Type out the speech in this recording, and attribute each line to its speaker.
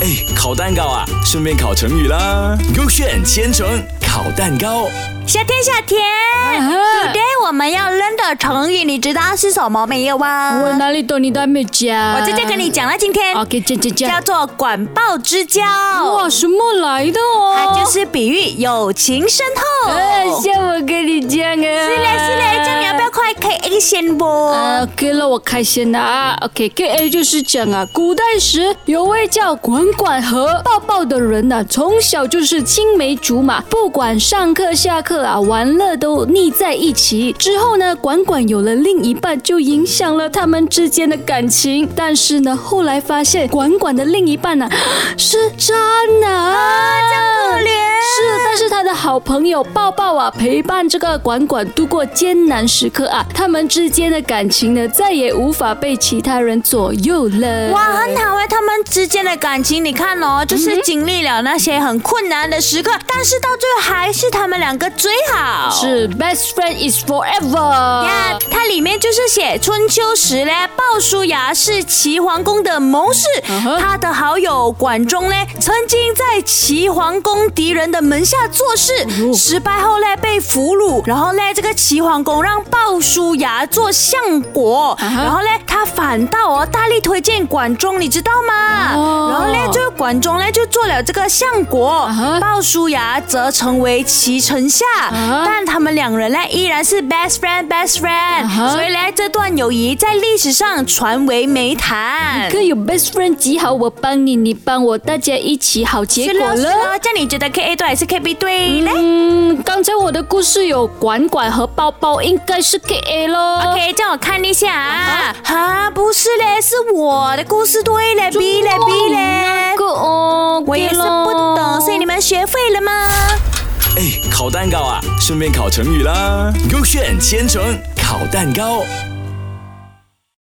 Speaker 1: 哎，烤蛋糕啊，顺便烤成语啦。勾选千层烤蛋糕，
Speaker 2: 小天，小天，today
Speaker 3: 嗯
Speaker 2: 我们要扔的成语，你知道是什么没有啊？
Speaker 3: 我哪里懂你都还没讲。
Speaker 2: 我直接跟你讲了，今天
Speaker 3: OK，这这这。
Speaker 2: 叫做管鲍之交，
Speaker 3: 哇，什么来的哦？
Speaker 2: 它就是比喻友情深厚。
Speaker 3: 哎，像我跟你讲啊。
Speaker 2: 是嘞是嘞，这样你要不要快 K A 先不？
Speaker 3: 啊，OK 了，我开心了啊。OK，K、A 就是讲啊，古代时有位叫管管和抱抱的人呐、从小就是青梅竹马，不管上课下课啊，玩乐都腻在一起。之后呢，管管有了另一半，就影响了他们之间的感情。但是呢，后来发现管管的另一半呢、是渣男。
Speaker 2: 啊可怜。
Speaker 3: 是，但是他的好朋友抱抱啊，陪伴这个管管度过艰难时刻啊，他们之间的感情呢，再也无法被其他人左右了。
Speaker 2: 哇，很好哎，他们之间的感情，你看
Speaker 3: 嗯
Speaker 2: 哦，就是经历了那些很困难的时刻，但是到最后还是他们两个最好。
Speaker 3: 是 best friend is forever。
Speaker 2: 呀，它里面就是写春秋时呢，鲍叔牙是齐桓公的谋士
Speaker 3: 嗯哼
Speaker 2: 他的好友管仲呢，曾经在齐桓公敌人的门下做事，
Speaker 3: 哦
Speaker 2: 失败后呢被俘虏，然后呢这个齐桓公让鲍叔牙做相国，
Speaker 3: 嗯哼
Speaker 2: 然后呢他反倒哦大力推荐管仲，你知道吗？
Speaker 3: 哦
Speaker 2: 然后呢就管仲呢就做了这个相国
Speaker 3: 嗯哼
Speaker 2: 鲍叔牙则成为齐丞相，
Speaker 3: 啊
Speaker 2: 但他们两人呢依然是 best friend best friend，、
Speaker 3: 啊哈
Speaker 2: 所以呢这段友谊在历史上传为美谈。
Speaker 3: 可有 best friend 极好，我帮你，你帮我，大家一起好结
Speaker 2: 是
Speaker 3: 果
Speaker 2: 了是
Speaker 3: 了。
Speaker 2: 了，这样你觉得 K A 对还是 K B 对呢、
Speaker 3: 嗯，刚才我的故事有管管和抱抱，应该是 K A 咯。
Speaker 2: o 啊 k 叫我看一下啊，啊不是嘞，是我的故事对嘞，B 嘞 B 嘞
Speaker 3: 那，个哦，
Speaker 2: 我也是不懂，所以你
Speaker 3: 们
Speaker 2: 们学会了吗？
Speaker 1: 哎，烤蛋糕啊，顺便烤成语啦。勾选千层烤蛋糕。